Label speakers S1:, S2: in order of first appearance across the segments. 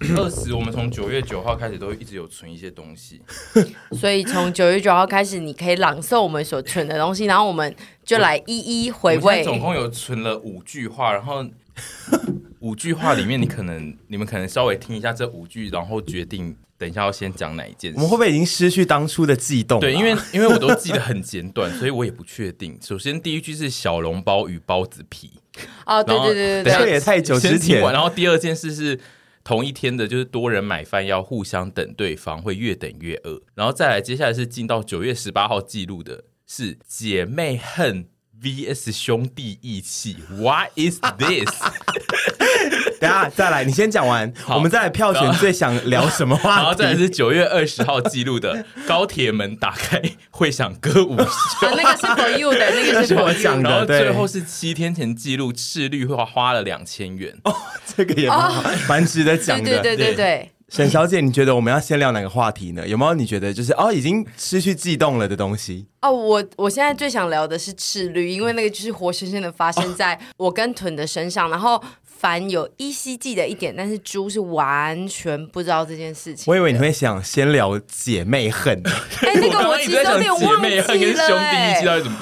S1: 二十，我们从九月九号开始都一直有存一些东西，
S2: 所以从九月九号开始，你可以朗诵我们所存的东西，然后我们就来一一回
S1: 我们现在
S2: 味。
S1: 总共有存了五句话，然后五句话里面，你可能你们可能稍微听一下这五句，然后决定等一下要先讲哪一件
S3: 我们会
S1: 事。
S3: 不会已经失去当初的悸动了？
S1: 对，因为因为我都记得很简短，所以我也不确定。首先第一句是小笼包与包子皮，
S2: 哦，对
S1: 然后
S2: 对对
S1: 等
S2: 对
S1: 一
S3: 这
S1: 下
S2: 对，
S3: 也太久
S1: 先
S3: 之
S1: 听
S3: 前
S1: 完，然后第二件事是同一天的，就是多人买饭要互相等对方，会越等越饿。然后再来，接下来是进到九月十八号记录的是姐妹恨 VS 兄弟义气，What is this？
S3: 等一下再来，你先讲完，
S1: 好
S3: 我们再来票选最想聊什么
S1: 然后
S3: 话
S1: 再来
S3: 题。
S1: 是九月二十号记录的高铁门打开会响歌舞秀。
S2: 啊，那个是 for you 的，那 个是
S3: 这是
S2: for
S3: 我
S2: you
S3: 讲
S2: 的。
S1: 然后
S3: 的，对
S1: 最，后是七天前记录赤绿花花了两千元，
S3: 哦这个也蛮好蛮值得讲
S2: 对
S3: 的。
S2: 哦对对
S1: 对
S2: 对对，
S3: 沈小姐，你觉得我们要先聊哪个话题呢？有没有你觉得就是哦，已经失去悸动了的东西？
S2: 哦，我我现在最想聊的是赤绿，因为那个就是活生生的发生在我跟屯的身上，然后凡有依稀记得一点，但是猪是完全不知道这件事情。
S3: 我以为你会想先聊姐妹 恨，
S2: 哎，那
S1: 刚
S2: 个
S1: 刚一
S2: 其
S1: 直
S2: 实
S1: 在
S2: 有
S1: 想
S2: 点
S1: 姐
S2: 忘
S1: 妹啊恨
S2: 记
S1: 跟
S2: 了，
S1: 兄弟义气
S2: 哎
S1: 到底怎么？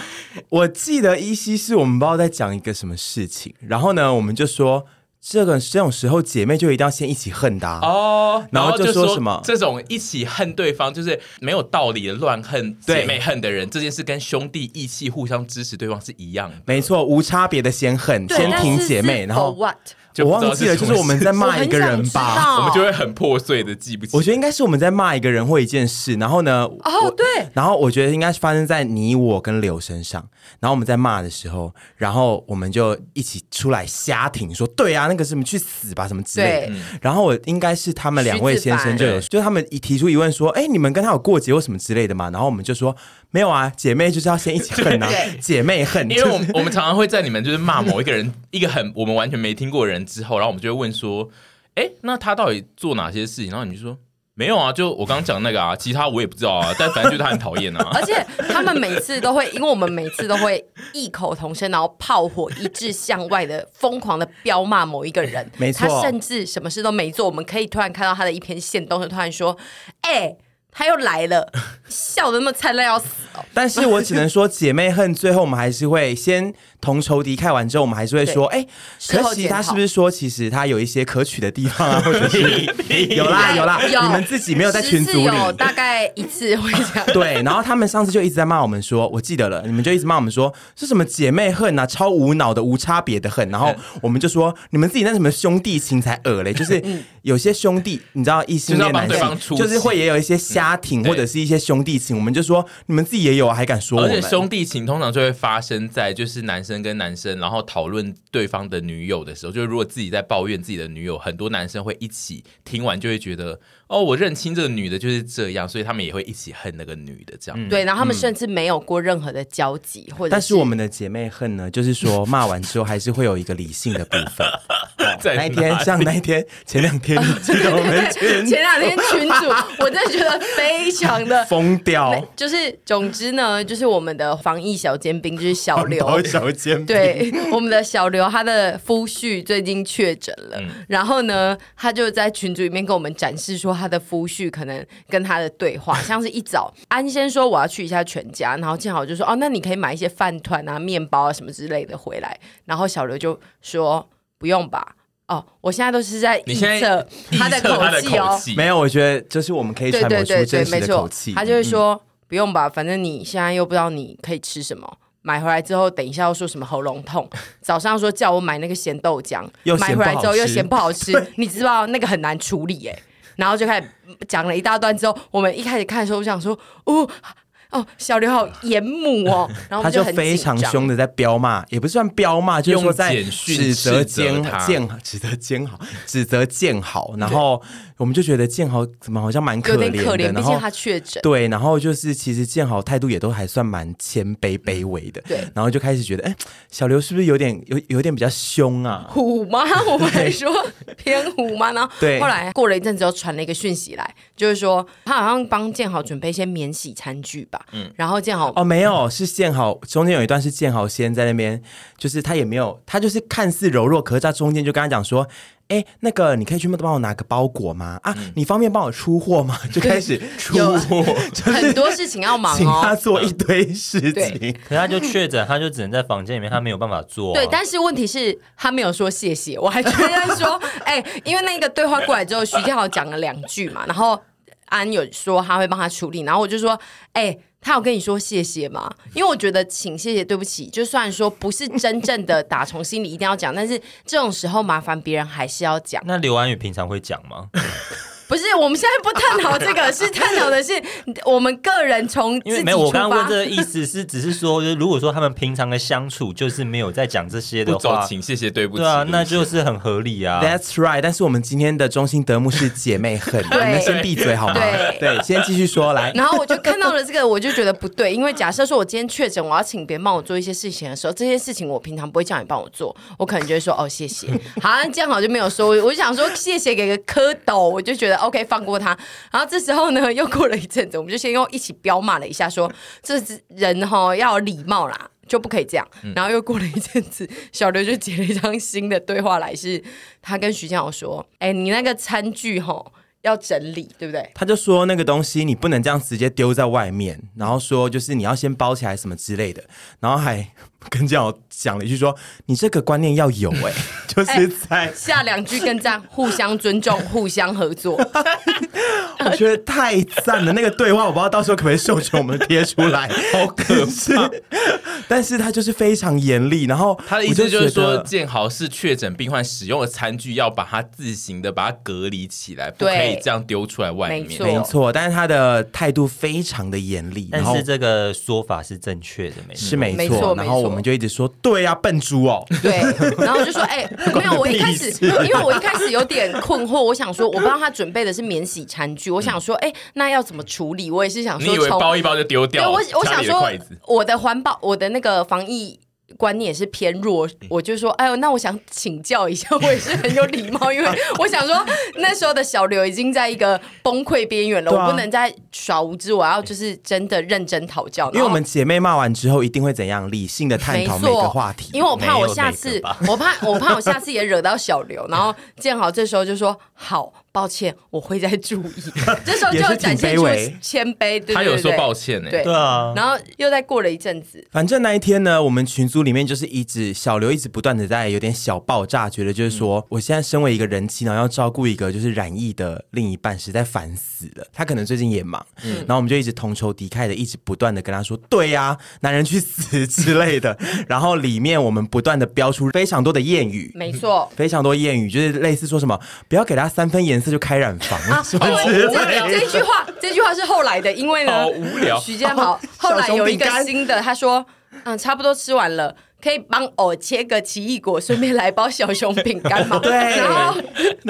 S3: 我记得依稀是我们不知道在讲一个什么事情，然后呢，我们就说这个这种时候姐妹就一定要先一起恨的、啊。
S1: 哦，
S3: 然后就
S1: 就
S3: 说什么
S1: 这种一起恨对方，就是没有道理的乱恨
S3: 对
S1: 姐妹恨的人，这件事跟兄弟义气互相支持对方是一样的。
S3: 没错，无差别的先恨，
S2: 对
S3: 先
S2: 但
S3: 挺
S2: 是
S3: 姐
S2: 是
S3: 妹，然
S2: for
S3: 后
S2: what？
S1: 就不
S3: 我
S1: 知道
S3: 忘记了，
S1: 是什
S3: 就
S1: 么
S3: 是我们在
S2: 我
S3: 骂一
S2: 很
S3: 个人
S2: 想知
S3: 吧。
S2: 道，
S1: 我们就会很破碎的记不起。
S3: 哦我觉得应该是我们在骂一个人或一件事，然后呢，
S2: 哦，对，
S3: 然后我觉得应该是发生在你我跟刘身上，然后我们在骂的时候，然后我们就一起出来瞎挺说，对啊，那个什么去死吧什么之类的
S2: 对。
S3: 然后我应该是他们两位先生就有，
S1: 徐子
S3: 就他们一提出疑问说，哎，你们跟他有过节或什么之类的嘛？然后我们就说没有啊，姐妹就是要先 一起恨啊
S2: 对，
S3: 姐妹恨，
S1: 因为我
S3: 就是
S1: 们我们常常会在你们就是骂某一个人，一个很我们完全没听过的人之后，然后我们就会问说，哎，那他到底做哪些事情？然后你就说没有啊，就我刚刚讲那个啊，其他我也不知道啊，但反正就是他很讨厌啊。
S2: 而且他们每次都会，因为我们每次都会异口同声，然后炮火一致向外的疯狂的彪骂某一个人。
S3: 没错
S2: 他甚至什么事都没做，我们可以突然看到他的一篇线动，就突然说：“哎、他又来 了，笑的那么灿烂要死哦。
S3: 但是我只能说，姐妹恨最后我们还是会先同仇敌忾完之后，我们还是 会说，哎、
S2: 事后
S3: 可惜
S2: 检讨
S3: 他是不是说，其实他有一些可取的地 方啊，或者是有啦有啦，
S2: 哎有
S3: 你们自己没有在群组
S2: 十
S3: 里
S2: 次。有大概一次会这样。
S3: 对，然后他们上次就一直在骂我们说，我记得了，你们就一直骂我们说是什么姐妹恨啊，超无脑的无差别的恨，然
S2: 嗯
S3: 后我们就说你们自己那什么兄弟情才恶嘞，就是
S2: 嗯
S3: 有些兄弟你知道异性恋男
S1: 就是要帮对方出
S3: 性
S1: 气
S3: 就是会也有一些瞎挺
S1: 对
S3: 或者是一些兄弟情，我们就说你们自己也有啊，还敢说我
S1: 而
S3: 们
S1: 且兄弟情通常就会发生在就是男生跟男生，然后讨论对方的女友的时候，就是如果自己在抱怨自己的女友，很多男生会一起听完就会觉得，哦，我认清这个女的就是这样，所以他们也会一起恨那个女的这样。
S2: 对，然后他们甚至没有过任何的交集，或者
S3: 嗯但是我们的姐妹恨呢，就是说骂完之后还是会有一个理性的部 分。哦
S1: 在
S3: 那一天，像那一天，前两天你记得我 们
S2: 对前两天群 主，我真的觉得非常的
S3: 疯掉
S2: 没，就是总 之呢，就是我们的防疫小尖兵就是小刘。
S3: 好小煎饼，
S2: 对， 我们的小刘他的夫婿最近确诊了，
S1: 嗯
S2: 然后呢，他就在群组里面跟我们展示说他的夫婿可能跟他的 对话，像是一早安先说我要去一下全家，然后建豪就说哦，那你可以买一些饭团啊、面包啊什么之类的回来，然后小刘就说不用吧，哦，我现在都是在
S1: 你
S2: 臆
S1: 现在
S2: 测他的
S1: 臆测他的
S2: 气哦
S1: 口，气，
S3: 没有，我觉得就是我们可以
S2: 对
S3: 揣摩
S2: 对
S3: 出
S2: 对
S3: 真
S2: 对，
S3: 实
S2: 没
S3: 的
S2: 错
S3: 口气，，嗯
S2: 他就会说、不用吧，反正你现在又不知道你可以吃什么。买回来之后，等一下又说什么喉咙 痛，早上说叫我买那个咸豆浆
S3: 又，
S2: 买
S3: 嫌
S2: 回
S3: 不
S2: 来
S3: 好
S2: 之后又
S3: 吃
S2: 嫌不好吃，你知道那个很难处理哎、然后就开始讲了一大段之后，我们一开始看的时候，我想说，哦哦，小刘好严母哦，然后我
S3: 他
S2: 们
S3: 就
S2: 很
S3: 非
S2: 紧
S3: 常
S2: 张
S3: 凶的在彪骂，也不是算彪骂，就是说
S1: 用
S3: 在
S1: 简讯
S3: 指责
S1: 斥责
S3: 监
S1: 他
S3: 建指责监好指责建好，然后我们就觉得建好怎么好像蛮可
S2: 有点
S3: 怜
S2: 可怜，
S3: 的，
S2: 毕
S3: 然
S2: 竟
S3: 后
S2: 他确诊。
S3: 对，然后就是其实建豪态度也都还算蛮谦卑卑微的，
S2: 嗯对
S3: 然后就开始觉得，哎，小刘是不是有点有有点比较凶啊？
S2: 虎吗？我们还说偏虎吗？然后
S3: 对
S2: 后来过了一阵子，又传了一个讯息来，就是说他好像帮建豪准备一些免洗餐具吧，吧？嗯，然后建好
S3: 哦，没有，是建好，中间有一段是建好先在那边，就是他也没有，他就是看似柔弱，可是他中间就跟他讲说。哎，那个你可以去帮我拿个包裹吗？啊，你方便帮我出货吗？ 就开 始出
S2: 嗯有
S3: 货，就是
S2: 很 多事情要忙
S3: 请他
S2: 哦。
S3: 做一堆事
S2: 对
S3: 情。
S4: 可是他就确诊，他就只能在房间里面，他没有办法做啊、
S2: 对，但是问题是，他没有说谢谢，我还觉得说，哎、因为那个对话过来之后，徐建豪讲了两句嘛，然后安有说他会帮他处理，然后我就说，哎、他有跟你说谢谢吗？因为我觉得请谢谢对不起，就算说不是真正的打从心里一定要讲，但是这种时候麻烦别人还是要讲。
S4: 那刘安宇平常会讲 吗？
S2: 不是，我们现在不探讨这个，是探讨的是我们个人从自
S4: 因为
S2: 己
S4: 没有，我
S2: 出
S4: 刚刚问
S2: 发
S4: 这。个意思是，只是说，就是如果说他们平常的相处就是没有在讲这
S3: 啊
S4: 些
S2: 啊
S1: 不
S4: 的
S1: 走
S4: 话，
S1: 请谢谢对不起，
S4: 对啊，
S1: 路
S4: 那
S1: 线
S4: 就是很合理啊。
S3: That's right，但是我们今天的中心德目是姐妹恨，你
S2: 对
S3: 们先闭嘴好吗？
S2: 对
S3: 对，先继续说来。
S2: 然后我就看到了这个，我就觉得不对，因为假设说我今天确诊，我要请别人帮我做一些事情的时候，这些事情我平常不会叫你帮我做，我可能就会说哦谢谢，好像这样好就没有说，我就想说谢谢给个蝌蚪，我就觉得 OK 放过他。然后这时候呢，又过了一阵子，我们就先又一起彪骂了一下说这只人哈、要有礼貌啦。就不可以这样。然后又过了一阵子，小刘就截了一张新的对话来，是他跟徐建豪说：“哎、你那个餐具吼要整理，对不对？
S3: 他就说那个东西你不能这样直接丢在外面，然后说就是你要先包起来什么之类的，然后还跟这样讲了一句说你这个观念要有 哎、就是在、
S2: 下两句更赞，互相尊重，互相合作。
S3: 我觉得太赞了，那个对话我不知道到时候可不可以授权我们贴出来， 好可怕。但是他就是非常严厉，然后
S1: 他的意思就
S3: 我
S1: 是
S3: 觉得
S1: 说，建豪是确诊病患使用的餐具，要把它自行的把它隔离起来，不
S2: 对
S1: 可以这样丢出来外面。
S2: 没错
S3: 没错，但是他的态度非常的严厉，
S4: 但
S3: 然后
S4: 是这个说法是正确的，没
S3: 是
S4: 错。
S3: 没
S2: 没
S3: 错，
S2: 错
S3: 然
S2: 没
S3: 后
S2: 错
S3: 我们就一直说对呀、笨猪哦，
S2: 对，然后我就说，哎、没有，我一开始，
S1: 啊
S2: 因为我一开始有点困惑，我想说，我不知道他准备的是免洗餐具，我想说，哎、那要怎么处理？我也是想
S1: 你
S2: 说
S1: 以为
S2: 从
S1: 包一包就丢
S2: 对
S1: 掉？
S2: 我我
S1: 家
S2: 想
S1: 里的
S2: 说
S1: 筷子，
S2: 我的环保，我的那个防疫。观念也是偏弱，
S1: 嗯
S2: 我就说，哎呦，那我想请教一下，我也是很有礼貌， 因为我想说那时候的小刘已经在一个崩溃边缘了，
S3: 对啊
S2: 我不能再耍无知，我要就是真的认真讨教。
S3: 因为
S2: 然后
S3: 我们姐妹骂完之后一定会怎样理性的探
S2: 没
S3: 讨
S2: 错，
S3: 每个话题，
S2: 因为我怕我下
S4: 没有
S2: 次
S4: 那个吧，
S2: 我怕我怕我下次也惹到小刘，然后建豪这时候就说好。抱歉，我会再注意。 这时候就
S3: 也是挺
S2: 展现出
S3: 卑微
S2: 谦卑，对对对
S1: 他有说
S2: 对
S1: 抱歉欸呢、
S2: 对
S4: 对啊，
S2: 然后又再过了一阵子，
S3: 反正那一天呢，我们群组里面就是一直小刘一直不断的在有点小爆炸，觉得就是
S1: 嗯
S3: 说，我现在身为一个人妻，然后要照顾一个就是染疫的另一半，实在烦死了。他可能最近也忙，
S1: 嗯
S3: 然后我们就一直同仇敌忾的，一直不断的跟他说，对呀、男人去死之类 的。然后里面我们不断的标出非常多的谚语。。
S2: 没错
S3: 非常多谚语，就是类似说什么不要给他三分颜色就开染房，
S2: 啊，
S3: 什
S2: 因
S3: 么
S2: 为
S3: 之类的
S2: 这这句话，这句话是后来的，因为呢，
S1: 好无聊
S2: 许建豪后来有一个
S3: 小熊饼干
S2: 新的，他说，嗯，差不多吃完了，可以帮我切个奇异果，顺便来包小熊饼干嘛。
S3: 对
S2: 然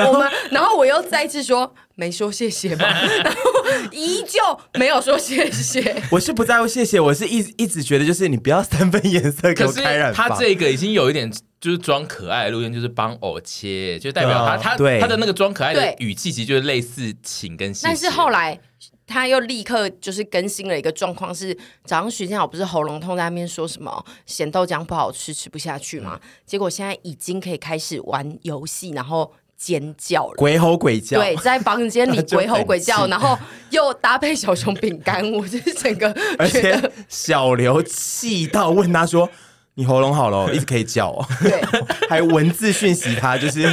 S2: 后我们，然后我又再一次说没说谢谢嘛， 然后依旧没有说谢谢。
S3: 我是不在乎谢谢，我是一一直觉得就是你不要三分颜色给
S1: 可
S3: 我
S1: 是
S3: 开染
S1: 他
S3: 房。
S1: 这个已经有一点就是装可爱的路线，就是帮偶切，就代表他、他
S3: 哦对
S1: 他的那个装可爱的
S2: 对
S1: 语气，其实就是类似请跟谢谢。
S2: 但是后来他又立刻就是更新了一个状况，是早上徐建豪不是喉咙痛在那边说什么咸豆浆不好吃，吃不下去嘛？
S3: 嗯
S2: 结果现在已经可以开始玩游戏，然后尖叫了。
S3: 鬼吼鬼叫，
S2: 对，在房 间里
S3: 他就
S2: 鬼吼鬼
S3: 很
S2: 叫，
S3: 气
S2: 然后又搭配小熊饼干，我就是整个
S3: 而
S2: 觉得
S3: 且小刘气到问他说：“你喉咙好了哦，一直可以叫哦。
S2: 对。”
S3: 还文字讯息他，就是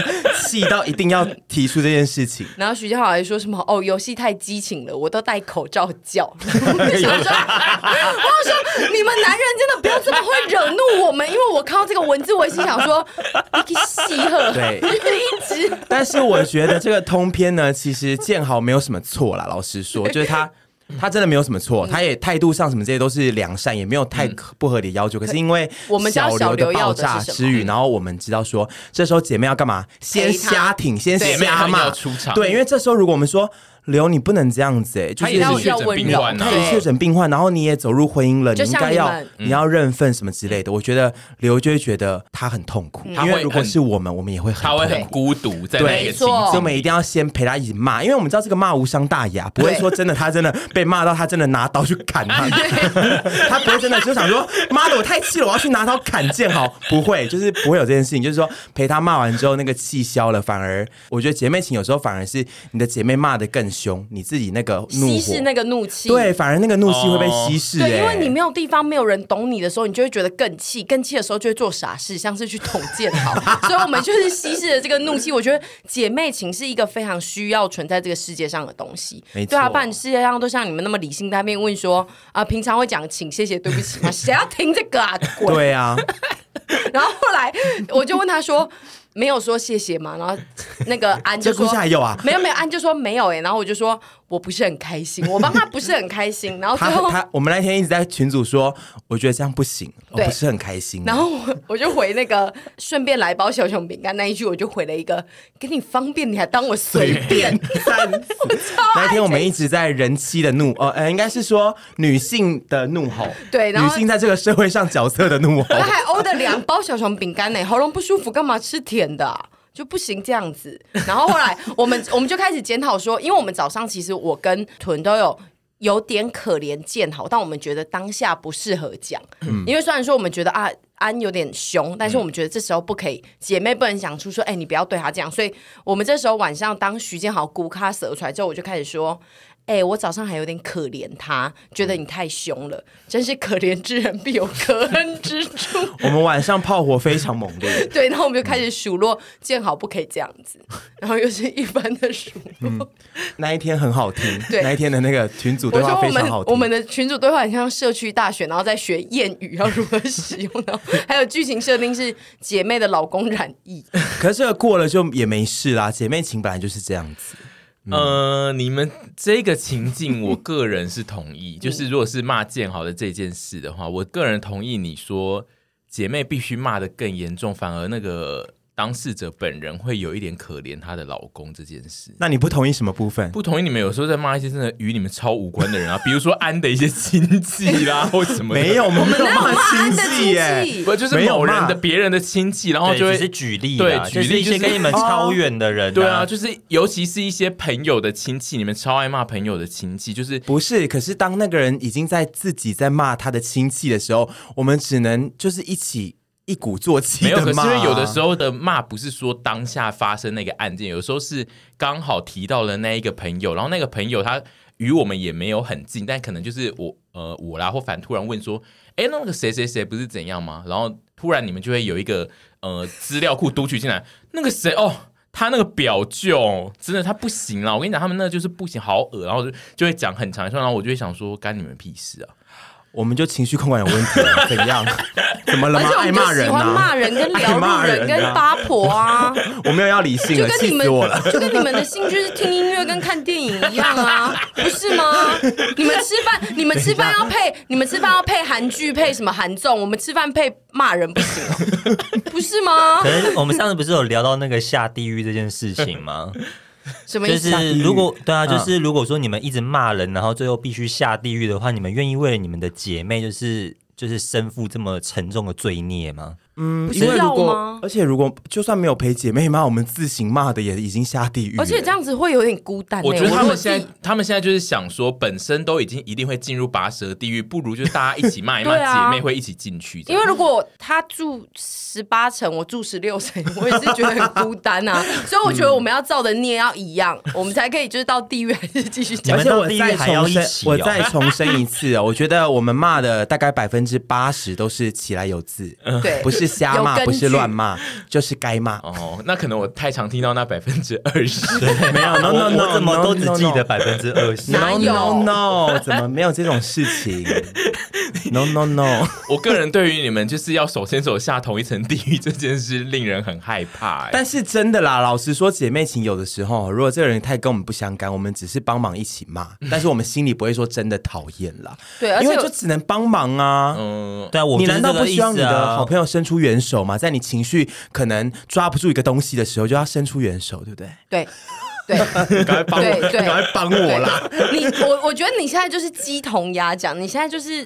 S3: 气到一定要提出这件事情。
S2: 然后徐建豪还说什么哦，游戏太激情了，我都戴口罩 叫。我就想说，我就说你们男人真的不要这么会惹怒我们，因为我看到这个文字，我也心想说，你个戏鹤，
S3: 对
S2: 一直
S3: 但是我觉得这个通篇呢，其实建豪没有什么错啦。老 实说，就是他。他真的没有什么错，他也态度上什么这些都是良善，也没有太不合理要求。可是因为
S2: 我们知道
S3: 小
S2: 小刘
S3: 刘的爆
S2: 要的是
S3: 炸
S2: 什么嗯
S3: 之余，然后我们知道说，这时候姐妹要干嘛？先
S2: 陪他
S3: 瞎挺，先
S1: 姐妹
S3: 瞎
S1: 要
S3: 骂
S1: 出场
S3: 对，因为这时候如果我们说刘你不能这样子哎、就
S1: 他
S3: 是
S1: 也
S2: 要
S1: 是
S3: 你
S1: 确
S2: 要
S1: 诊
S2: 温
S1: 病
S2: 柔
S1: 患
S3: 他
S1: 啊，
S3: 也确诊病患，然后你也走入婚姻了，你
S2: 就
S3: 应
S2: 像
S3: 该
S2: 你
S3: 要
S2: 们
S3: 你要认份什么之类的。我觉得刘就会觉得他很痛苦，
S1: 他嗯
S3: 因
S1: 会
S3: 为如果
S1: 很
S3: 是我们，我们也会很
S1: 他会
S3: 痛
S1: 很
S3: 苦。
S1: 孤独在那个
S3: 对
S2: 没
S1: 情
S2: 错
S3: 所以我
S1: 境
S3: 们一定要先陪他一起骂，因为我们知道这个骂无伤大雅，不会说真的他真的被骂到他真的拿刀去砍
S1: 哎
S3: 他，他不会真的就想说妈的我太气了，我要去拿刀砍剑豪，不会，就是不会有这件事情，就是说陪他骂完之后那个气消了，反而我觉得姐妹情有时候反而是你的姐妹骂的更凶，你自己那个怒
S2: 稀
S3: 火
S2: 释那个怒气。
S3: 对，反而那个怒气会被
S1: 哦
S3: 稀释、
S2: 对，
S3: 欸
S2: 因为你没有地方，没有人懂你的时候，你就会觉得更气，更气的时候就会做傻事，像是去捅剑 豪。所以我们就是稀释了这个怒气。我觉得姐妹情是一个非常需要存在这个世界上的东西。
S3: 没错
S2: 对啊，不然世界上都像你们那么理性，在那边问说啊、平常会讲请、谢谢、对不起吗？谁要听这个啊？滚！
S3: 对啊，
S2: 然后后来我就问他说：“没有说谢谢吗？”然后那个安
S3: 这
S2: 就
S3: 故
S2: 说
S3: 事还有啊。
S2: 没有没有，安就说没有哎、然后我就说我不是很开心，我帮他不是很开心，然后
S3: 他
S2: 最后，
S3: 他，我们那天一直在群组说，我觉得这样不行，我
S2: 对
S3: 不是很开心。啊
S2: 然后我我就回那个顺便来包小熊饼干那一句，我就回了一个给你方便，你还当我随 便，
S3: 三次那天我们一直在人妻的怒，呃呃，应该是说女性的怒吼，
S2: 对然
S3: 女
S2: 后
S3: 性在这个社会上角色 的怒吼
S2: 我。还欧了两包小熊饼干呢、喉咙不舒服干嘛吃甜的、啊？就不行这样子。然后后来我们 我们就开始检讨说，因为我们早上其实我跟屯都有。有点可怜见好，但我们觉得当下不适合讲，因为虽然说我们觉得啊安有点凶，但是我们觉得这时候不可以，姐妹不能讲出说，哎、你不要对他这样。所以我们这时候晚上当徐建豪骨咖折出来之后，我就开始说，哎、我早上还有点可怜他，觉
S3: 嗯
S2: 得你太凶了，真是可怜之人必有可恨之处。
S3: 我们晚上炮火非常猛烈，
S2: 对，然后我们就开始数落，建好不可以这样子，然后又是一般的数落。
S3: 嗯那一天很好听，
S2: 对
S3: 那一天的那个群组对
S2: 我说我
S3: 话非
S2: 们
S3: 常好听。
S2: 我们的群主对话很像社区大学，然后在学谚语要如何使用，然后还有剧情设定是姐妹的老公染疫，
S3: 可是这个过了就也没事啦，姐妹情本来就是这样子。嗯
S1: 呃，你们这个情境，我个人是同 意。就是如果是骂建豪的这件事的话，我个人同意你说姐妹必须骂的更严重，反而那个当事者本人会有一点可怜她的老公这件事。
S3: 那你不同意什么部分？
S1: 不同意你们有时候在骂一些真的与你们超无关的人啊，比如说安的一些亲戚 啦，或什么的
S3: 没有，，我们没有骂
S2: 安
S3: 亲
S2: 的亲
S3: 耶。
S2: 戚
S1: 不就是
S3: 没有
S1: 某人
S3: 骂
S1: 的别人的亲戚，然后
S4: 对，
S1: 就
S4: 只
S1: 会
S4: 是举例
S1: 对
S4: 啦，
S1: 举
S4: 就是
S1: 例
S4: 一
S1: 就
S4: 些
S1: 是啊
S4: 跟你们
S3: 哦
S4: 超远的人，
S1: 对啊，，就是尤其是一些朋友的亲戚，你们超爱骂朋友的亲戚，就是
S3: 不是，可是当那个人已经在自己在骂他的亲戚的时候，我们只能就是一起一鼓作气
S1: 没有。
S3: 的
S1: 可是
S3: 骂。
S1: 因为有的时
S3: 候，
S1: 候的骂不是说当下发生那个案件，有时候是刚好提到了那一个朋友，然后那个朋友他与我们也没有很近，但可能就是我呃我啦或反突然问说，哎，那个谁谁谁不是怎样吗？然后突然你们就会有一个呃资料库读取进来，那个谁哦。他那个表舅真的他不行啦！我跟你讲，他们那个就是不行，好恶，然后就就会讲很长一串，然后我就会想说，干你们屁事啊！
S3: 我们就情绪控管有问题了，怎 样？怎么了
S2: 而
S3: 吗
S2: 且？我
S3: 爱
S2: 们就
S3: 骂人
S2: 喜欢骂
S3: 啊！
S2: 人、跟聊
S3: 爱骂
S2: 路
S3: 人
S2: 人、
S3: 啊
S2: 跟八婆啊，
S3: 我没有要理性
S2: 就
S3: 了，
S2: 跟
S3: 气
S2: 你们
S3: 死我了！
S2: 就跟你们的兴趣是听音乐跟看电影一样啊，不是吗？你们吃饭，你们吃饭要配，你们吃饭要配韩剧，配什么韩综？我们吃饭配骂人不行、哦，不是吗
S4: 可？能我们上次不是有聊到那个下地狱这件事情吗？
S2: 什么意
S4: 就
S2: 思啊？
S4: 是如果对啊，
S3: 嗯
S4: 就是如果说你们一直骂人，然后最后必须下地狱的话，你们愿意为了你们的姐妹，就是就是身负这么沉重的罪孽吗？
S3: 嗯
S2: 不是
S3: 因为如
S2: 要
S3: 果
S2: 吗，
S3: 而且如果就算没有陪姐妹骂，我们自行骂的也已经下地狱了。
S2: 而且这样子会有点孤单、欸。
S1: 我觉得他
S2: 如果
S1: 们
S2: 自己
S1: 现在，他们现在就是想说，本身都已经一定会进入拔舌地狱，不如就是大家一起骂一骂，
S2: 对啊
S1: 姐妹会一起进去这
S2: 因
S1: 样。
S2: 为如果他住十八层，我住十六层，我也是觉得很孤单啊。所以我觉得我们要造的孽要一样，我们才可以就是到地狱还是继续
S4: 你
S2: 讲
S4: 们。
S3: 而且
S4: 到
S3: 我
S4: 地狱
S3: 再
S4: 还要
S3: 重
S4: 一
S3: 申，
S4: 起哦
S3: 我再重申一次哦，我觉得我们骂的大概百分之八十都是起来有 字，
S2: 对
S3: 不是瞎
S2: 有
S3: 骂，
S2: 根
S3: 不是
S2: 据
S3: 乱骂，就是该骂。
S1: 哦，那可能我太常听到那百分之二十，
S4: 没有
S3: no,
S4: 我
S3: no,
S4: 我怎么
S3: no,
S4: 都只
S3: no,
S4: 记得
S3: no
S4: 百分之二十。
S2: 哪
S3: No
S2: 有
S3: no no，怎么没有这种事情？No no no，
S1: 我个人对于你们就是要手牵手下同一层地狱这件事，令人很害怕、欸。
S3: 但是真的啦，老实说，姐妹情有的时候，如果这个人太跟我们不相干，我们只是帮忙一起骂，但是我们心里不会说真的讨厌啦，
S2: 对，而
S3: 因
S2: 且
S3: 为就只能帮忙啊。
S1: 嗯，
S4: 对啊，我
S3: 你
S4: 就是
S3: 难道
S4: 这
S3: 不
S4: 个
S3: 希望你
S4: 意思
S3: 的
S4: 啊
S3: 好朋友伸出援手吗？在你情绪可能抓不住一个东西的时候，就要伸出援手，对不对？
S2: 对。对
S3: 赶快帮
S2: 对
S3: 我，
S2: 对
S3: 赶快帮我啦！
S2: 对！你我我觉得你现在就是鸡同鸭讲，你现在就是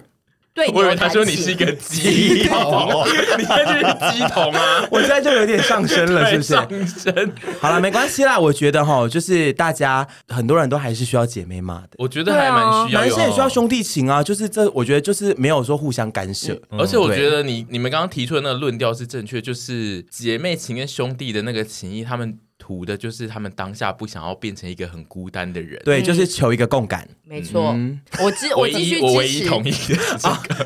S2: 对
S1: 我以为
S2: 牛
S1: 他
S2: 弹
S1: 说你
S2: 琴
S1: 是一 个鸡桶， 你现在就是鸡桶啊，
S3: 我现在就有点上升了，是不是？
S1: 上身。
S3: 好了，没关系啦。我觉得哈，就是大家很多人都还是需要姐妹骂的，
S1: 我觉得还
S2: 啊
S1: 蛮需要，哦
S3: 男生也需要
S1: 凶。
S3: 兄弟情啊。就是这，我觉得就是没有说互相干涉。
S1: 而且我觉得你你们刚刚提出的那个论调是正确，就是姐妹情跟兄弟的那个情谊，他们图的就是他们当下不想要变成一个很孤单的人。，
S3: 对，就是求一个共感。
S2: 没错，我支我
S1: 唯
S2: 继续
S1: 一我唯
S2: 支
S1: 一
S2: 持。
S1: 同意的是。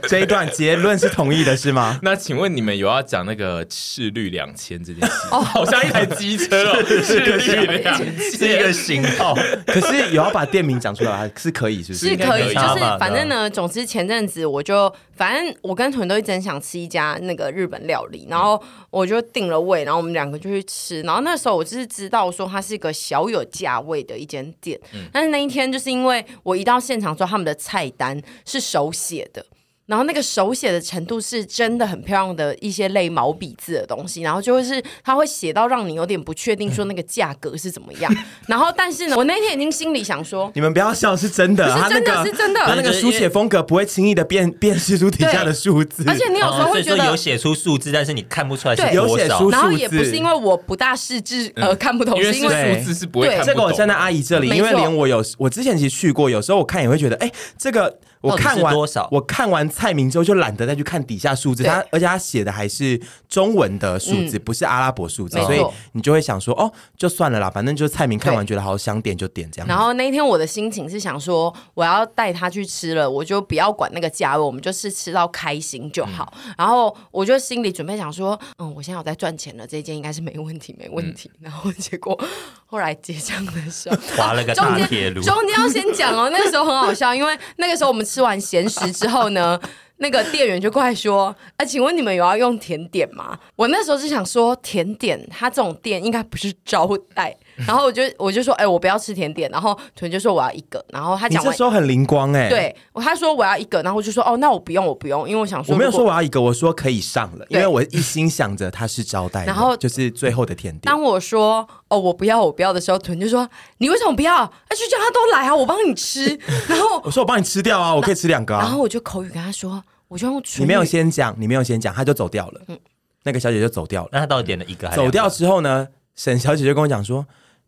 S3: 这一段结论是同意的，是吗？
S1: 那请问你们有要讲那个赤绿两千这件事？哦，好像一台机车哦，赤绿两
S4: 是一
S1: 千。
S4: 个型号，
S3: 可是有要把店名讲出来，是可以，是不
S2: 是可以，
S3: 是？
S1: 应该可以
S2: 就是
S4: 吧
S2: 反
S1: 啊
S2: 正呢，总之前阵子我就，反正我跟屯都一直很想吃一家那个日本料理，然后我就定了位，然后我们两个就去吃，然后那时候我就是知道说它是一个小有价位的一间店，
S1: 嗯
S2: 但是那一天就是因为我一到现场之后，他们的菜单是手写的。然后那个手写的程度是真的很漂亮的一些类毛笔字的东西，然后就会是它会写到让你有点不确定说那个价格是怎么样。 然后但是呢，我那天已经心里想说，
S3: 你们不要笑，是真的。
S2: 不
S3: 他
S2: 是
S3: 那
S2: 真的，
S3: 个
S2: 是真的，
S3: 他那个书写风格不会轻易的辨辨识出底下的数字，
S2: 而且你有时候
S4: 哦所
S2: 会
S4: 以
S2: 觉
S4: 说
S2: 得，
S4: 有写出数字，但是你看不出来是
S2: 对
S3: 有
S4: 多
S3: 写
S4: 少
S3: 出。
S2: 然后
S3: 数
S2: 也不
S3: 字
S2: 是因为我不大识字，呃，看不懂，
S1: 因为是
S2: 是因为
S3: 对
S1: 数字是不会看不懂
S3: 这个我站在阿姨这里，
S2: 没
S3: 因为
S2: 错
S3: 连我有我之前其实去过，有时候我看也会觉得，哎、这个我看
S4: 到底
S3: 完
S4: 是多少
S3: 我看完蔡明之后就懒得再去看底下数字，
S2: 对嗯
S3: 他而且他写的还是中文的数字，不是阿拉伯数字，
S2: 没错
S3: 所以你就会想说，哦，就算了啦，反正就是蔡明看完
S2: 对
S3: 觉得好想点就点这样。
S2: 然后那一天我的心情是想说，我要带他去吃了，我就不要管那个价位，我们就是吃到开心就好。然后我就心里准备想说，嗯，我现在有在赚钱了，这一间应该是没问题，没问题。 然后结果后来结账的时候，
S4: 划了个
S2: 中
S4: 大
S2: 间
S4: 铁炉，
S2: 中间要先讲 哦，那个时候很好笑，因为那个时候我们吃完咸食之后呢， 那个店员就过来说：“啊，请问你们有要用甜点吗？”我那时候就想说，甜点他这种店应该不是招 待。然后我就我就说：“哎、我不要吃甜点。”然后屯就说：“我要一个。”然后他
S3: 你
S2: 讲
S3: 这
S2: 完
S3: 时，候很灵光哎、。
S2: 对，他说我要一个，然后我就说：“哦，那我不用，我不用，因为我想说
S3: 我没有
S2: 如果
S3: 说我要一个，我说可以上了，因
S2: 对
S3: 为我一心想着他是招待的，
S2: 然后
S3: 就是最后的甜点
S2: 当。我说“哦，我不要，我不要”的时候，屯就说：“你为什么不要？那就叫他都来啊，我帮你 吃。”然后
S3: 我说我帮你吃掉啊，我可以吃两个啊。
S2: 然后我就口语跟他说：“我就用唇
S3: 你没有
S2: 语
S3: 先讲，你没有先讲，他就走掉了。
S2: 嗯
S3: 那个小姐就走掉了。
S4: 那他到底点了一个还是
S3: 走
S4: 两个
S3: 掉之后呢，沈小姐就跟我讲说，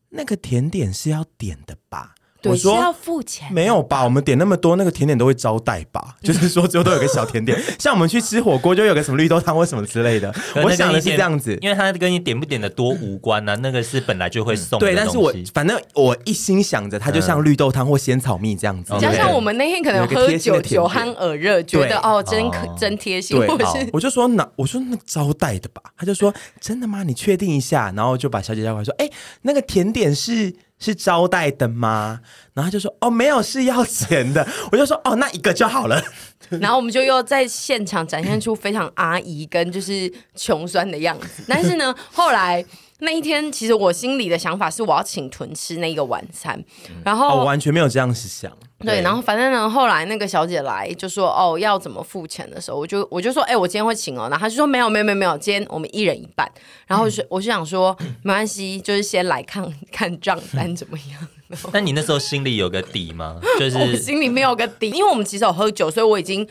S3: 那个甜点是要点的吧？
S2: 对，
S3: 我
S2: 是要
S3: 说。
S2: 付钱。
S3: 没有吧？我们点那么多，那个甜点都会招待吧？ 就是说，最后都有个小甜点，像我们去吃火锅，就有个什么绿豆汤或什么之类的。
S4: 可能
S3: 我
S4: 那跟
S3: 想的
S4: 你
S3: 是
S4: 点
S3: 这样子，
S4: 因为他跟你点不点的多无关呐、啊，那个是本来就会送的
S3: 对。但是我
S4: 东西
S3: 反正我一心想着，它就像绿豆汤或仙草蜜这样子。
S4: 嗯
S2: 加上
S4: 对
S2: 我们那天可能有
S3: 有一
S2: 喝
S3: 个贴心
S2: 酒，
S3: 的甜
S2: 酒
S3: 点
S2: 酣耳热，觉
S3: 对
S2: 得哦，真可
S4: 哦
S2: 真贴心，
S3: 对
S2: 或者
S4: 好
S2: 是
S3: 我就说那我说那招待的吧，他就说真的吗？你确定一下，然后就把小姐叫过来说，哎、那个甜点是是招待的吗？然后他就说哦没有是要钱的，我就说哦那一个就好了，
S2: 然后我们就又在现场展现出非常阿姨跟就是穷酸的样子。但是 呢，后来那一天，其实我心里的想法是我要请屯吃那个晚餐，然
S3: 哦我
S2: 后。
S3: 完全没有这样子想，
S2: 对，然后反正呢，后来那个小姐来就说哦要怎么付钱的时候，我就我就说哎、我今天会请哦，然后她就说没有没有没有没有，今天我们一人一半。然后我就、我就想说没关系，就是先来看 看账单怎么样。
S4: 那你那时候心里有个底吗？就
S2: 哦我
S4: 是
S2: 心里没有个底，因为我们其实有喝酒，所以我已经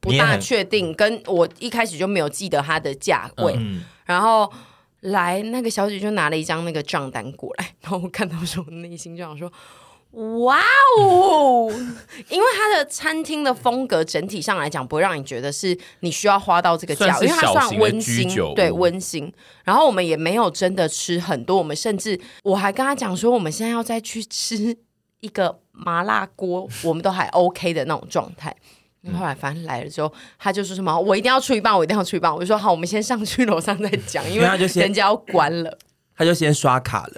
S2: 不
S4: 你也
S2: 大
S4: 很
S2: 确定，跟我一开始就没有记得它的价位，
S1: 嗯
S2: 然后。来，那个小姐就拿了一张那个账单过来，然后我看到的时候，我内心就想说：“哇哦！”因为它的餐厅的风格整体上来讲，不会让你觉得是你需要花到这个价
S1: 算，是
S2: 因为它
S1: 小
S2: 算
S1: 型的
S2: 温
S1: 居
S2: 馨
S1: 酒屋，
S2: 对温馨。然后我们也没有真的吃很多，我们甚至我还跟他讲说，我们现在要再去吃一个麻辣锅，我们都还 OK 的那种状态。
S3: 嗯
S2: 后来反正来了之后，他就说什么我一定要出一半，我一定要出一半。我就说好，我们先上去楼上再讲，因
S3: 没有他就
S2: 为
S3: 先
S2: 人家要关了。
S3: 他就先刷卡了，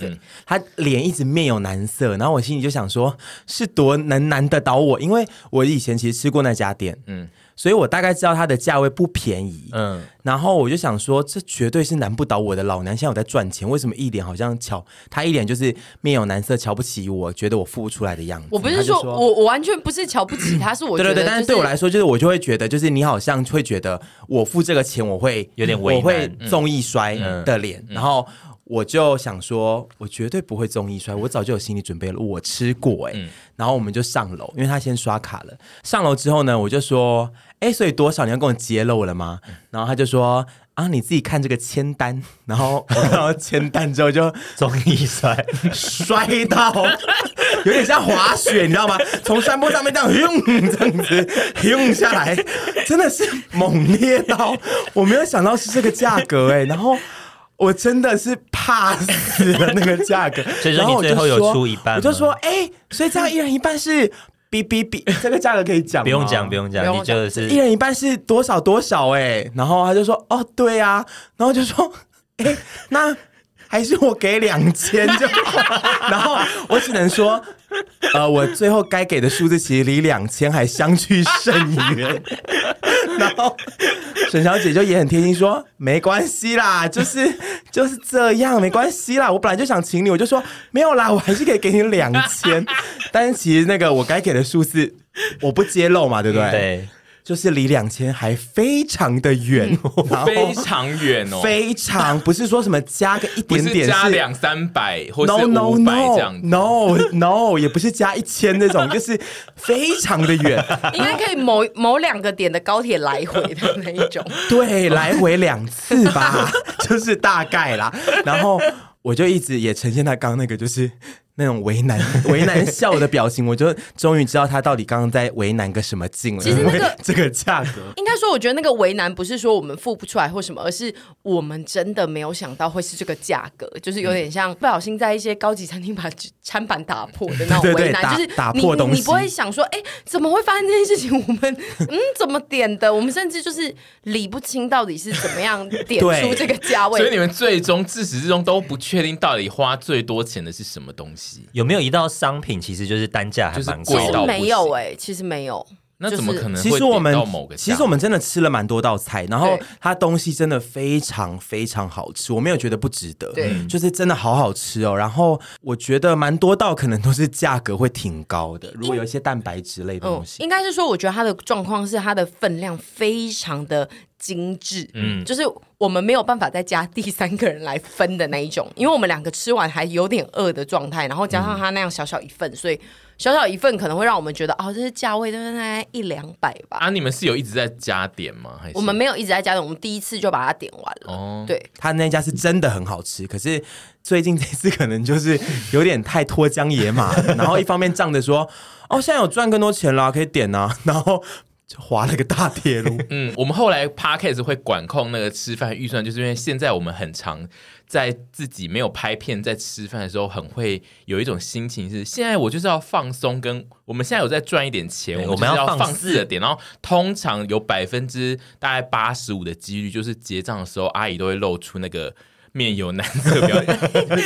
S3: 他脸一直面有难色，然后我心里就想说，是多能难得倒我，因为我以前其实吃过那家店，嗯，所以我大概知道它的价位不便宜，
S4: 嗯，
S3: 然后我就想说，这绝对是难不倒我的。老娘现在有在赚钱，为什么一脸好像瞧他一脸就是面有难色，瞧不起我，觉得我付不出来的样子。
S2: 我不
S3: 他
S2: 是
S3: 就
S2: 说我我完全不是瞧不起他，是我
S3: 对
S2: 觉得
S3: 对对，但
S2: 就是
S3: 对我来说，就是我就会觉得，就是你好像会觉得我付这个钱，我会
S4: 有点为
S3: 我会
S4: 难嗯
S3: 综艺衰的脸，然后。我就想说，我绝对不会中医摔，我早就有心理准备了，我吃过哎、
S4: 嗯
S3: 然后我们就上楼，因为他先刷卡了。上楼之后呢，我就说，哎，所以多少你要跟我揭露了吗？
S4: 嗯
S3: 然后他就说。啊，你自己看这个签单，然后 然后签单之后就
S4: 中医摔，
S3: 摔到， 有点像滑雪，你知道吗？从山坡上面这样 用这样子用下来，真的是猛烈到，我没有想到是这个价格哎、然后。我真的是怕死了那个价格，
S4: 所以说你
S3: 然我就
S4: 最后有
S3: 说
S4: 出一半吗
S3: 我就说，哎、所以这样一人一半是 B B B，这个价格可以讲吗，
S4: 不用讲，不用
S2: 不
S4: 讲，
S2: 用
S4: 你就
S3: 一
S4: 是
S3: 人一半是多少多少哎、然后他就说哦对啊，然后就说 哎、那还是我给两千就好，然后我只能说呃我最后该给的数字其实离两千还相去甚远，然后沈小姐就也很贴心说没关系啦，就是 就是这样没关系啦，我本来就想请你，我就说没有啦，我还是可以给你两千，但是其实那个我该给的数字我不揭露嘛，对不对？
S4: 嗯对。
S3: 就是离两千还非常的远，哦然
S1: 嗯
S3: 后
S1: 非常远哦，
S3: 非常不是说什么加个一
S1: 不
S3: 点
S1: 是
S3: 点
S1: 加
S3: 是
S1: 两三百或是
S3: no no
S1: 五百
S3: no
S1: 这样子。
S3: no no 也不是加一千 那种，就是非常的远，
S2: 应该可以某某两个点的高铁来回的那一种。
S3: 对，来回两次吧， 就是大概啦。然后我就一直也呈现他刚刚那个就是。那种为难 为难笑的表情，我就终于知道他到底刚刚在为难个什么劲了。
S2: 其实那个
S3: 因为 这个价格，
S2: 应该说，我觉得那个为难不是说我们付不出来或什么，而是我们真的没有想到会是这个价格，就是
S3: 嗯
S2: 有点像不小心在一些高级餐厅把餐盘打破的那种
S3: 对对对
S2: 为难，
S3: 打
S2: 就是
S3: 打
S2: 你
S3: 破东西
S2: 你不会想说，哎、怎么会发生这件事情？我们嗯，怎么点的？我们甚至就是理不清到底是怎么样点出
S3: 对
S2: 这个价
S1: 所以你
S2: 位。
S1: 们最终自始至终都不确定到底花最多钱的是什么东西，
S4: 有没有一道商品其实就是单价还
S1: 就是
S4: 蛮
S2: 其
S1: 贵
S4: 高
S2: 实
S1: 到不
S4: 的？
S2: 没有
S1: 行
S2: 哎、其实没有。
S1: 那
S2: 就
S1: 怎么
S2: 是
S1: 可能
S3: 其
S1: 会
S3: 实我
S1: 点
S3: 们
S1: 到某个价？
S3: 其实我们真的吃了蛮多道菜，然后
S2: 对
S3: 它东西真的非常非常好吃，我没有觉得不值得，
S2: 对
S3: 就是真的好好吃哦。然后我觉得蛮多道可能都是价格会挺高的，如果有一些蛋白质类的东
S2: 嗯，
S3: 西，
S2: 应该是说，我觉得它的状况是它的分量非常的精致，嗯，就是我们没有办法再加第三个人来分的那一种，因为我们两个吃完还有点饿的状态，然后加上它那样小小一份，所以小小一份可能会让我们觉得哦，这是价位就是大概一两百吧。
S1: 啊，你们是有一直在加点吗？还是
S2: 我们没有一直在加的，我们第一次就把它点完了。
S1: 哦
S2: 对，
S3: 他那家是真的很好吃，可是最近这次可能就是有点太脱缰野马 了，然后一方面仗着说哦现在有赚更多钱啦，可以点啊，然后就划了个大 铁路。
S1: 嗯，我们后来 podcast 会管控那个吃饭预算，就是因为现在我们很常在自己没有拍片在吃饭的时候，很会有一种心情是，现在我就是要放松，跟我们现在有在赚一点钱，
S4: 对
S1: 我们就是
S4: 我们要
S1: 要
S4: 放
S1: 放肆的点。然后通常有百分之大概八十五的几率，就是结账的时候，阿姨都会露出那个。面有难色表演，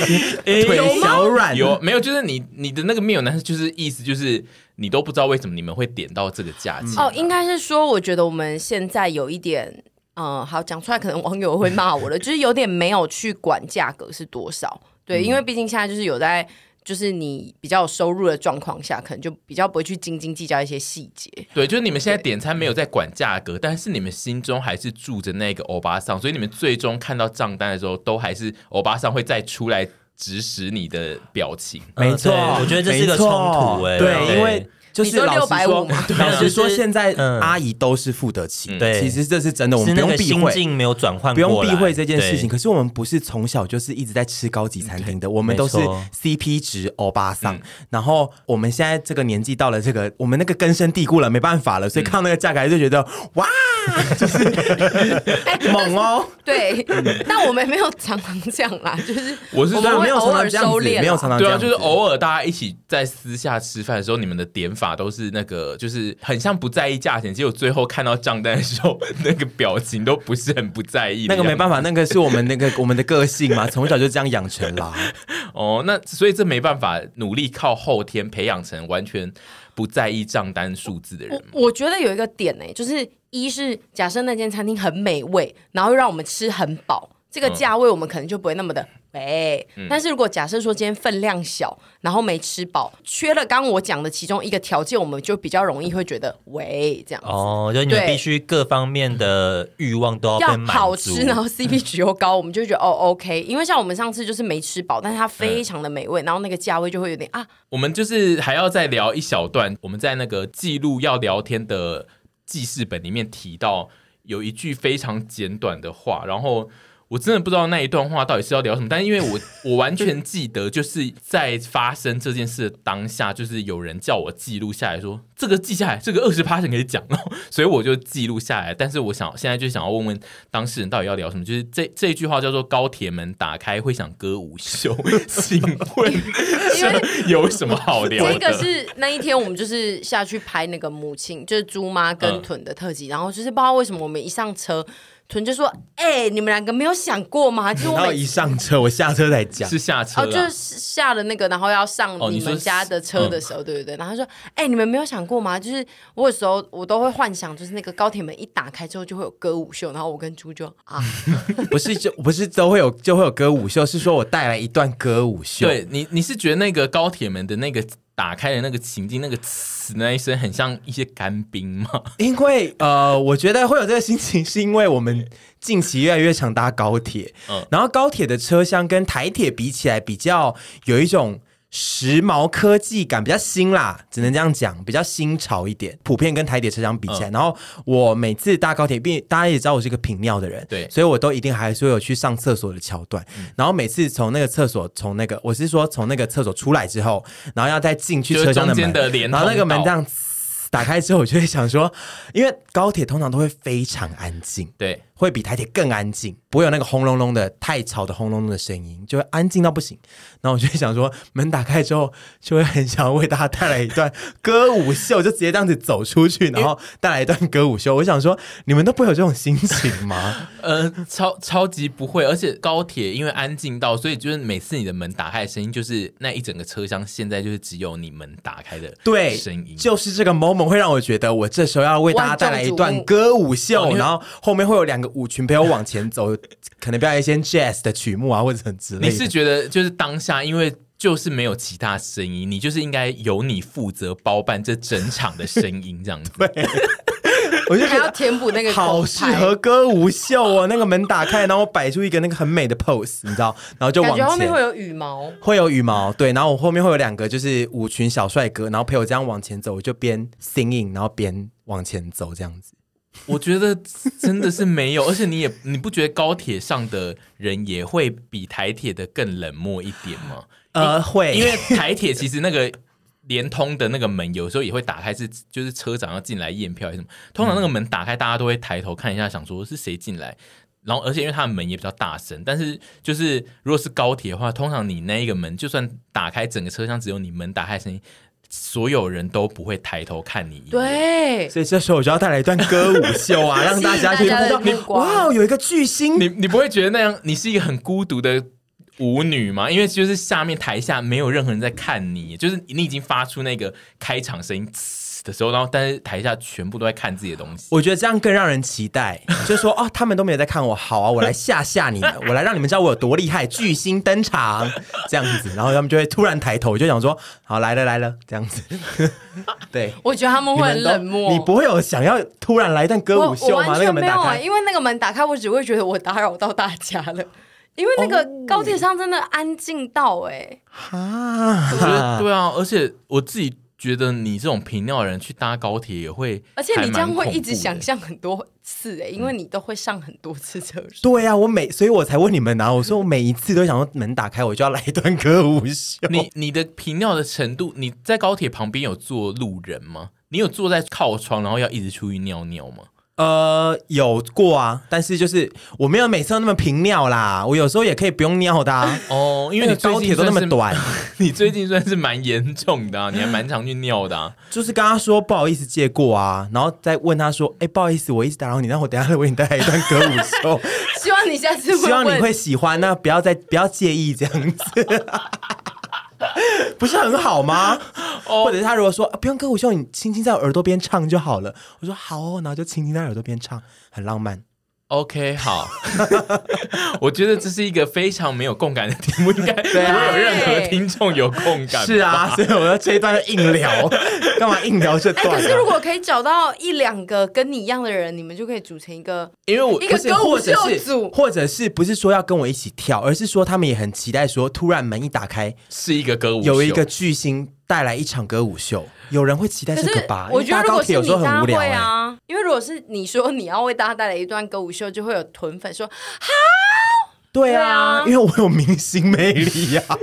S3: 腿小软
S1: 有没有？就是你你的那个面有难色，就是意思就是你都不知道为什么你们会点到这个价
S3: 嗯
S1: 钱啊、
S2: 哦，应该是说，我觉得我们现在有一点，嗯，好讲出来，可能网友会骂我了，就是有点没有去管价格是多少。对，
S3: 嗯
S2: 因为毕竟现在就是有在，就是你比较有收入的状况下，可能就比较不会去斤斤计较一些细节。
S1: 对，就是你们现在点餐没有在管价格，但是你们心中还是住着那个欧巴桑，所以你们最终看到账单的时候，都还是欧巴桑会再出来指使你的表情。
S4: 呃
S3: 没错
S4: 对，我觉得这是一个
S3: 没错
S4: 冲突哎对
S3: 对，因为就
S2: 你
S3: 是
S2: 说
S3: 老实
S2: 650
S3: 说
S2: 吗，
S3: 老实说，
S4: 就是
S3: 现在
S4: 嗯
S3: 阿姨都是付得起，
S4: 对
S3: 其实这是真的，我
S4: 是
S3: 们不
S4: 那
S3: 用
S4: 个
S3: 避
S4: 心
S3: 讳。
S4: 境没有转换
S3: 不用
S4: 过来，
S3: 避讳这件事情，
S4: 对
S3: 可是我们不是从小就是一直在吃高级餐厅的，我们都是
S4: 没错嗯
S3: CP 值欧巴桑。然后我们现在这个年纪到了，这个我们那个根深蒂固了，没办法了，所
S4: 嗯
S3: 以看到那个价格就觉得哇，
S2: 哎
S3: 就是猛哦。
S2: 对， 但我们没有常常这样啦，就是
S1: 我是
S2: 我
S1: 说
S2: 们
S3: 没
S2: 会
S3: 有
S2: 偶
S3: 常
S2: 尔
S3: 常这样
S2: 收
S3: 子，
S2: 敛啦，
S3: 没有常常这
S1: 对
S3: 样
S1: 啊，
S3: 子，
S1: 就是偶尔大家一起在私下吃饭的时候，你们的点法都是那个，就是很像不在意价钱，结果最后看到账单的时候，那个表情都不是很不在意。
S3: 那个没
S1: 法
S3: 办法，那个是我们那个 我们的个性嘛，从小就这样养成啦。
S1: 哦，那所以这没办法，努力靠后天培养成完全不在意账单数字的人嘛。
S2: 我我觉得有一个点呢、就是一是
S4: 嗯
S2: 假设那间餐厅很美味，然后又让我们吃很饱，这个价位我们可能就不会那么的肥。但是如果假设说今天分量小，然后没吃饱，缺了刚刚我讲的其中一个条件，我们就比较容易会觉得喂这样子。
S4: 哦，就是你们
S2: 对
S4: 必须各方面的欲望都要被
S2: 要
S4: 满足。
S2: 好吃，然后 CP 值又高，我们就会觉得哦 OK。因为像我们上次就是没吃饱，但是它非
S4: 嗯
S2: 常的美味，然后那个价位就会有点 啊，
S1: 我们就是还要再聊一小段，我们在那个记录要聊天的记事本里面提到有一句非常简短的话，然后。我真的不知道那一段话到底是要聊什么，但因为我我完全记得，就是在发生这件事的当下，就是有人叫我记录下来说这个记下来，这个二十 p 可以讲，然后 所以我就记录下来。但是我想现在就想要问问当事人到底要聊什么，就是这这一句话叫做“高铁门打开会想歌舞秀”，请问
S2: 因为
S1: 这 有什么好聊的？
S2: 这个是那一天我们就是下去拍那个母亲，就是猪妈
S3: 嗯
S2: 跟豚的特辑，然后就是不知道为什么我们一上车，豚就说：“哎、你们两个没有想过吗？”就是我
S3: 然后
S2: 每
S3: 一上车，我下车才讲，
S1: 是下车、啊
S2: 哦，就是下了那个，然后要上
S1: 哦你
S2: 你
S1: 说
S2: 们家的
S3: 嗯
S2: 车的时候，对不对？然后他说：“哎、你们没有想过吗？就是我有时候我都会幻想，就是那个高铁门一打开之后就会有歌舞秀，然后我跟猪就啊，
S3: 不是就不是都会有就会有歌舞秀，是说我带来一段歌舞秀。
S1: 对你，你是觉得那个高铁门的那个打开的那个情境，那个呲那一声，很像一些干冰吗？
S3: 因为呃，我觉得会有这个心情，是因为我们近期越来越常搭高铁，
S1: 嗯
S3: 然后高铁的车厢跟台铁比起来，比较有一种时髦科技感，比较新啦，只能这样讲，比较新潮一点。普遍跟台铁车厢比起
S1: 嗯
S3: 来，然后我每次搭高铁，并大家也知道我是一个频尿的人，
S1: 对嗯
S3: 所以我都一定还是会有去上厕所的桥段。然后每次从那个厕所，从那个我是说从那个厕所出来之后，然后要再进去
S1: 就是
S3: 车厢的
S1: 中间
S3: 门，
S1: 的连
S3: 然后那个
S1: 通道
S3: 门这样。打开之后，我就会想说，因为高铁通常都会非常安静，
S1: 对，
S3: 会比台铁更安静，不会有那个轰隆隆的太吵的轰隆隆的声音，就会安静到不行。然后我就会想说，门打开之后，就会很想为大家带来一段歌舞秀，就直接这样子走出去，然后带来一段歌舞秀。我想说，你们都不会有这种心情吗？
S1: 呃，超超级不会，而且高铁因为安静到，所以就是每次你的门打开的声音，就是那一整个车厢现在就是只有你门打开的
S3: 对，
S1: 声音，
S3: 就是这个 moment 会让我觉得，我这时候要为大家带来一段歌
S1: 万
S3: 舞
S1: 众瞩
S3: 秀，
S1: 目
S3: 然后后面会有两个舞群陪我往前走，可能表演一些 jazz 的曲目啊，或者很之类
S1: 你
S3: 的。
S1: 是觉得就是当下，因为就是没有其他声音，你就是应该由你负责包办这整场的声音这样子。
S3: 我就
S2: 还
S3: 觉
S2: 要
S3: 得
S2: 填补那个
S3: 好
S2: 口
S3: 适
S2: 牌
S3: 合歌舞秀哦，那个门打开，然后我摆出一个那个很美的 pose，你知道，然后就
S2: 感
S3: 往
S2: 觉后面会
S3: 前。
S2: 有羽毛。”
S3: 会有羽毛，对，然后我后面会有两个就是舞群小帅哥，然后陪我这样往前走，我就边 singing，然后边往前走这样子。
S1: 我觉得真的是没有，而且你也你不觉得高铁上的人也会比台铁的更冷漠一点吗？
S3: 呃，会，
S1: 因为台铁其实那个连通的那个门有时候也会打开是，就是车长要进来验票还是什么。通常那个门打开，大家都会抬头看一下，想说是谁进来。然后，而且因为它的门也比较大声，但是就是如果是高铁的话，通常你那一个门就算打开，整个车厢只有你门打开的声音，所有人都不会抬头看你一眼。
S2: 对，
S3: 所以这时候我就要带来一段歌舞 秀啊，让大家
S2: 吸
S3: 去
S2: 引大家的
S3: 看
S2: 目
S3: 到，
S2: 光
S3: 哇，有一个巨 星
S1: 你你不会觉得那样你是一个很孤独的舞女吗？因为就是下面台下没有任何人在看你，就是你已经发出那个开场声音呲的时候，然后但是台下全部都在看自己的东西。
S3: 我觉得这样更让人期待，就说哦，他们都没有在看我，好啊，我来吓吓 你们，我来让你们知道我有多厉害，巨星登场这样子，然后他们就会突然抬头，我就想说，好来了来了 这样子，对，
S2: 我觉得他们
S3: 你
S2: 会
S3: 们
S2: 很
S3: 都
S2: 冷漠。
S3: 你不会有想要突然来一段歌
S2: 我
S3: 舞
S2: 我
S3: 秀吗？
S2: 完
S3: 那个
S2: 全
S3: 门
S2: 没有
S3: 打
S2: 啊，
S3: 开，
S2: 因为那个门打开，我只会觉得我打扰到大家了，因为那个高铁上真的安静到哎、
S1: 我觉得
S3: 哈，
S1: 对啊，而且我自己觉得你这种频尿的人去搭高铁也会，
S2: 而且你这样会一直想。象很多次哎、因为你都会上很多次厕所。
S3: 对啊，我每所以我才问你们啊，我说我每一次都想说门打开，我就要来一段歌舞秀。
S1: 你你的频尿的程度，你在高铁旁边有坐路人吗？你有坐在靠窗，然后要一直出去尿尿吗？
S3: 呃，有过啊，但是就是我没有每次都那么频尿啦，我有时候也可以不用尿的啊。
S1: 哦， 因为你
S3: 那个高铁都那么
S1: 最近算是
S3: 短，
S1: 你最近算是蛮严重的啊，你还蛮常去尿的啊。
S3: 就是跟他说不好意思借过啊，然后再问他说，哎、不好意思，我一直打扰你，让我等一下为你带来一段歌 舞
S2: 希望你下次
S3: 秀，希
S2: 会
S3: 望你
S2: 问
S3: 会喜欢，那不要再不要介意这样子， 不是很好吗？
S1: 哦
S3: 或者是他如果说、啊不用歌舞秀，你轻轻在我耳朵边唱就好了，我说好哦，然后就轻轻在耳朵边唱，很浪漫。
S1: OK，好， 我觉得这是一个非常没有共感的题目， 应该不会有任何听众有共感。
S3: 啊是， 啊，所以我要这一段就硬聊，干嘛硬聊这
S2: 哎、
S3: 段、
S2: 可
S3: 啊？
S2: 是如果可以找到一两个跟你一样的人，你们就可以组成一个
S1: 因为我
S2: 一个
S3: 不是
S2: 歌舞
S3: 或者
S2: 秀
S3: 是
S2: 组
S3: 或者是不是说要跟我一起跳，而是说他们也很期待说，突然门一打开，
S1: 是一个歌舞秀，
S3: 有一个巨星带来一场歌舞秀，有人会期待
S2: 可
S3: 这
S2: 是
S3: 个吧？
S2: 我
S3: 因为
S2: 觉得
S3: 搭
S2: 如
S3: 高
S2: 果
S3: 铁
S2: 是
S3: 有
S2: 你，
S3: 时候很
S2: 大家
S3: 无聊、
S2: 会
S3: 欸。
S2: 啊，因为如果是你说你要为大家带来一段歌舞秀，就会有臀粉说
S3: 对
S2: 对啊
S3: 啊，因为我有明星魅力啊呀、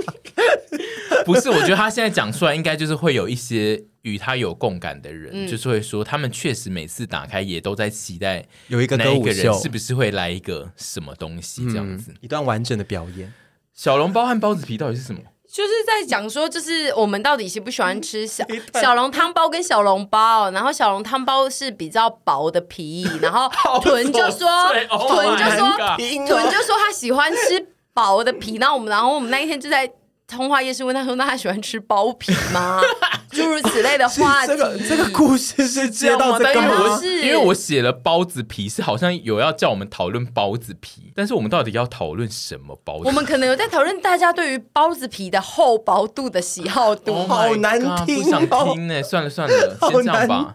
S1: 不是，我觉得他现在讲出来，应该就是会有一些与他有共感的人，
S3: 嗯
S1: 就是会说他们确实每次打开也都在期待
S3: 有一个
S1: 那
S3: 歌
S1: 一
S3: 舞
S1: 个人
S3: 秀，
S1: 是不是会来一个什么东西这样子。
S3: 嗯一段完整的表演。
S1: 小笼包和包子皮到底是什么？
S2: 就是在讲说，就是我们到底喜不喜欢
S3: 嗯
S2: 吃小小笼汤包跟小笼包，然后小笼汤包是比较薄的皮，然 后臀就说
S3: 哦
S1: 琐碎，Oh
S2: 臀就
S1: my
S2: 说
S1: God
S2: 臀就说他喜欢吃薄的皮，然后我们然后我们那一天就在通化夜市问他说，那他喜欢吃包皮吗？ 诸如此类的话
S3: 是
S2: 题
S3: 这，个这个故事是接到这
S1: 但
S3: 个
S1: 因为
S2: 干嘛
S1: 我
S3: 吗？
S2: 是
S1: 因为我写了包子皮，是好像有要叫我们讨论包子皮，但是我们到底要讨论什么包子皮？
S2: 我们可能有在讨论大家对于包子皮的厚薄度的喜好度。
S1: Oh my
S3: 好难
S1: God，
S3: 听
S1: 不想
S3: 哦
S1: 听呢、啊欸算了算 了，
S3: 好哦
S1: 先这样吧。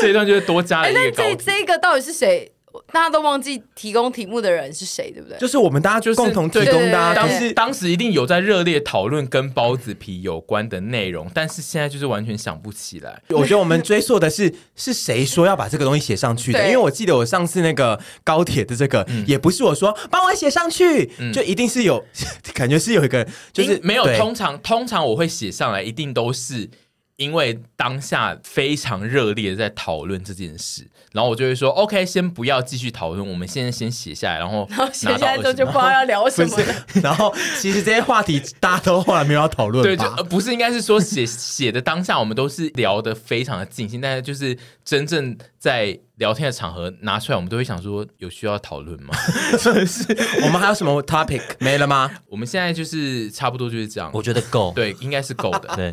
S1: 这一段就是多加了
S2: 哎，
S1: 一
S2: 那
S1: 个高
S2: 这
S1: 低。
S2: 这个到底是谁？大家都忘记提供题目的人是谁，对不对？
S3: 就是我们大家
S1: 就是
S3: 共同提
S1: 对
S3: 供的、啊，
S2: 对
S1: 当
S3: 就
S2: 对
S1: 时
S3: 是
S1: 当时一定有在热烈讨论跟包子皮有关的内容，但是现在就是完全想不起来。
S3: 我觉得我们追溯的是是谁说要把这个东西写上去的？
S2: 对
S3: 因为我记得我上次那个高铁的这个，
S1: 嗯
S3: 也不是我说帮我写上去，就一定是有 感觉是有一个人就是
S1: 因没有，
S3: 对
S1: 通常通常我会写上来，一定都是因为当下非常热烈地在讨论这件事，然后我就会说 OK，先不要继续讨论，我们现在先写下来，然 后
S2: 然后写
S1: 拿
S2: 下
S1: 到
S2: 来之后
S1: 20
S2: 就不知道要聊什
S3: 不
S2: 么了。
S3: 是。然后其实这些话题大家都后来没有要讨论
S1: 对，就
S3: 吧
S1: 呃。不是应该是说写写的当下，我们都是聊得非常的尽兴，但是就是真正在聊天的场合拿出来，我们都会想说有需要讨论吗？ 呃
S3: 我们还有什么 topic 没了吗？
S1: 我们现在就是差不多就是这样，
S4: 我觉得够。
S1: 对，应该是够的。
S4: 对，